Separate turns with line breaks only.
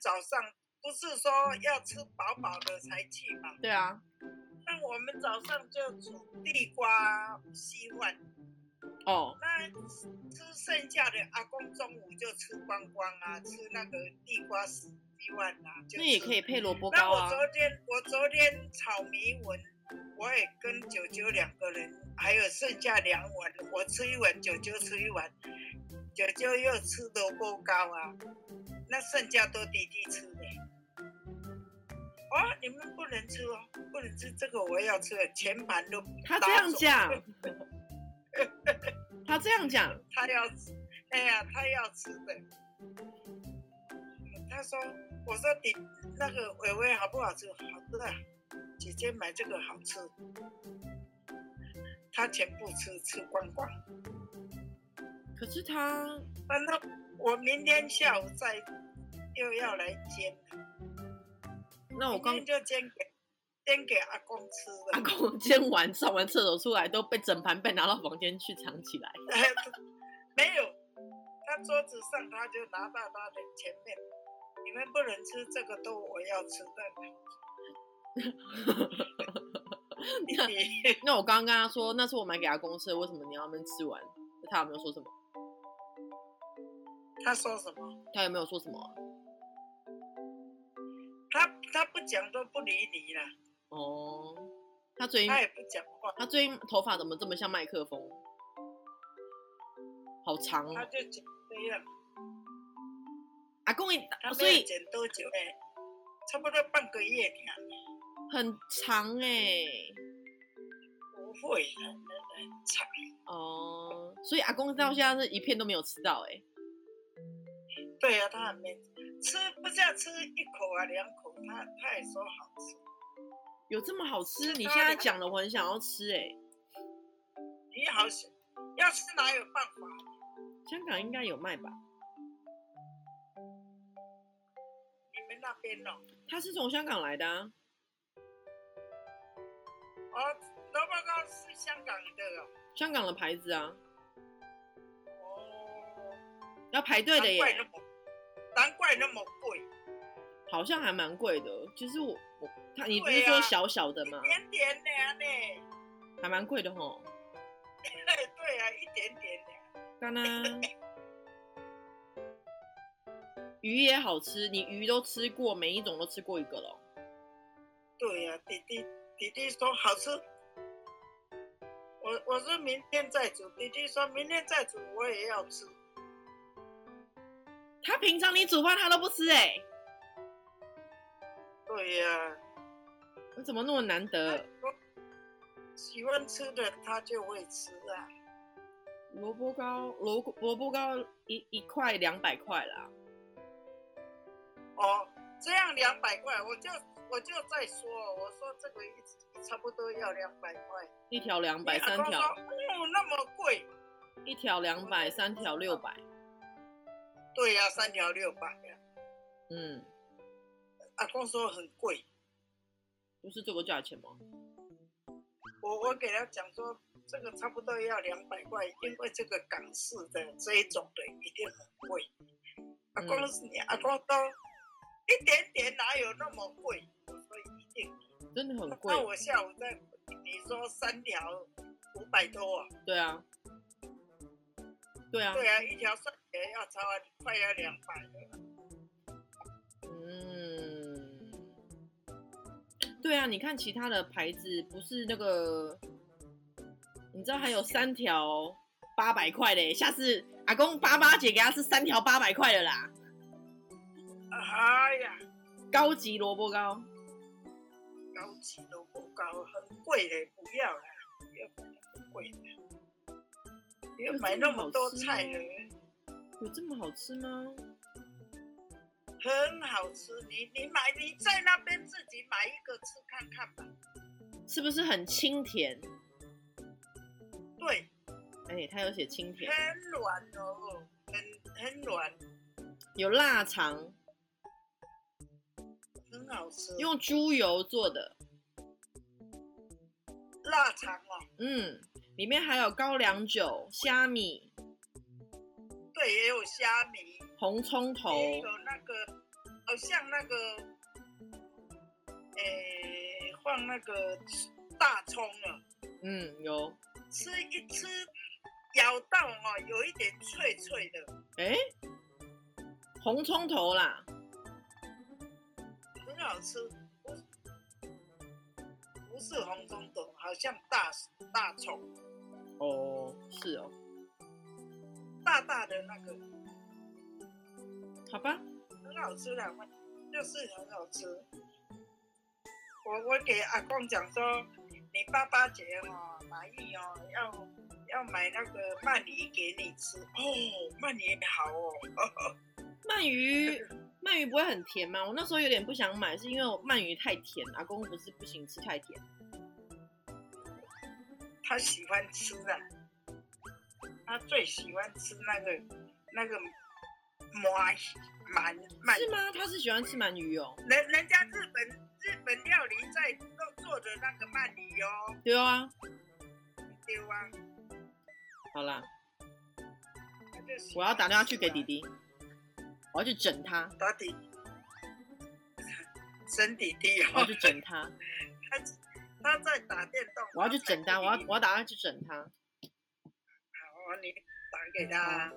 早上不是说要吃饱饱的才去嘛？
对啊，
那我们早上就煮地瓜稀饭，
哦，
那吃剩下的阿公中午就吃光光啊，吃那个地瓜稀饭啊，就
那也
吃
可以配萝卜
那
糕
我
啊。
昨天我昨天炒米粉，我也跟九九两个人，还有剩下两碗，我吃一碗，九九吃一碗，九九又吃萝卜糕啊，那剩下都弟弟吃的。哦，你们不能吃哦，不能吃这个，我要吃了，全盘都
他这样
拿
讲
走，
他这样讲，
他要吃，哎呀，他要吃的。嗯他说：“我说你那个伟伟好不好吃？好吃啊，姐姐买这个好吃。”他全部吃吃光光。
可是他
那那我明天下午再又要来煎了，
那哦我刚
明天就煎给煎给阿公吃
阿
了。
公 今天晚上完厕所出来，都被整盘被拿到房间去藏起来。
没有，他桌子上他就拿到他的前面，你们不能吃这个都我要吃的。你
那我刚刚跟他说，那是我买给阿公吃的，为什么你要那边吃完？他有没有说什么？
他说什么？
他有没有说什么啊、
他他不讲都不理你了，
哦，他最近
他也不讲话，
他最近头发怎么这么像麦克风？好长
他
哦！
就讲这样，
阿公一
他
所
没有
以
剪多久哎、差不多半个月了，
很长哎、
不会很很长，
哦，所以阿公到现在是一片都没有吃到哎、
对呀、他还没吃，不是要吃一口啊两口，他他也说好吃。
有这么好吃？
是
你
他
现在
的
讲了，我很想要吃哎、
你好想要吃哪有办法？
香港应该有卖吧？
你们那边哦，
他是从香港来的、啊，
哦，萝卜糕是香港的哦，
香港的牌子啊，
哦，
要排队的
难怪那
耶，
么，难怪那么贵，
好像还蛮贵的。其实我我他你不是
对啊
说小小的吗
一？点点的啊呢，
还蛮贵的吼。
对 对啊，一点点的。
干啦，鱼也好吃，你鱼都吃过，每一种都吃过一个了。哦
对呀、弟弟弟弟说好吃，我我说明天再煮，弟弟说明天再煮我也要吃，
他平常你煮饭他都不吃哎、
对呀、
你怎么那么难得？
喜欢吃的他就会吃啊，
萝卜糕，萝萝卜糕一一块两百块啦，
哦，这样两百块我就我就在说，我说这个一差不多要两百块，
一条两百，
你阿
三
公
条
说哦那么贵，
一条两百，三条六百，
对呀、三条六百呀，
嗯，
阿公说很贵，
不是这个价钱吗？
我我给他讲说。这个差不多要两百块，因为这个港式的这一种的一定很贵。阿公
嗯，
是你阿公都一点点哪有那么贵？我说一定。
真的很贵
那，我下午再你说三条五百多啊？
对啊，对啊，
对啊，一条算起来要超快要两百了。
嗯，对啊，你看其他的牌子不是那个，你知道还有三条八百块的耶，下次阿公八八姐给他是三条八百块的啦，
哎呀，
高级萝卜糕。
高级都不高，很贵的，不要了，不要买那么贵的。不要买那么多菜了，
有这么好吃吗？
很好吃。你你买你在那边自己买一个吃看看吧。
是不是很清甜？
对，
哎、它有写清甜，
很软哦，很很软，
有腊肠，
很好吃。
用猪油做的，
腊肠哦，
嗯，里面还有高粱酒、虾米、
对，也有虾米，
红葱头，
也有那个好像那个，诶、放那个大葱了，
嗯，有，
吃一吃，咬到哦，有一点脆脆的，
哎、红葱头啦，
很好吃，不是不是红中头，好像大大葱，
哦，是哦，
大大的那个，
好吧，
很好吃的，我就是很好吃。我我给阿公讲说，你爸爸节哦，买一哦，要要买那个鳗鱼给你吃哦，鳗鱼好哦，
鳗鱼， 鳗鱼不会很甜吗？我那时候有点不想买，是因为我鳗鱼太甜，阿公不是不行吃太甜。
他喜欢吃啊，他最喜欢吃那个那个鳗鱼鳗鳗
是吗？他是喜欢吃鳗鱼哦。
人人家日本日本料理在做做的那个鳗鱼哦，
对啊，
对啊，
好啦，
他就喜欢
我要打电话去给
吃啊
弟，弟，我要去整他，
打弟，整弟弟
我要
哦，
去整他，
他他在打电动，
我要去整他，我要我要打电话去整他。
好，你打给他，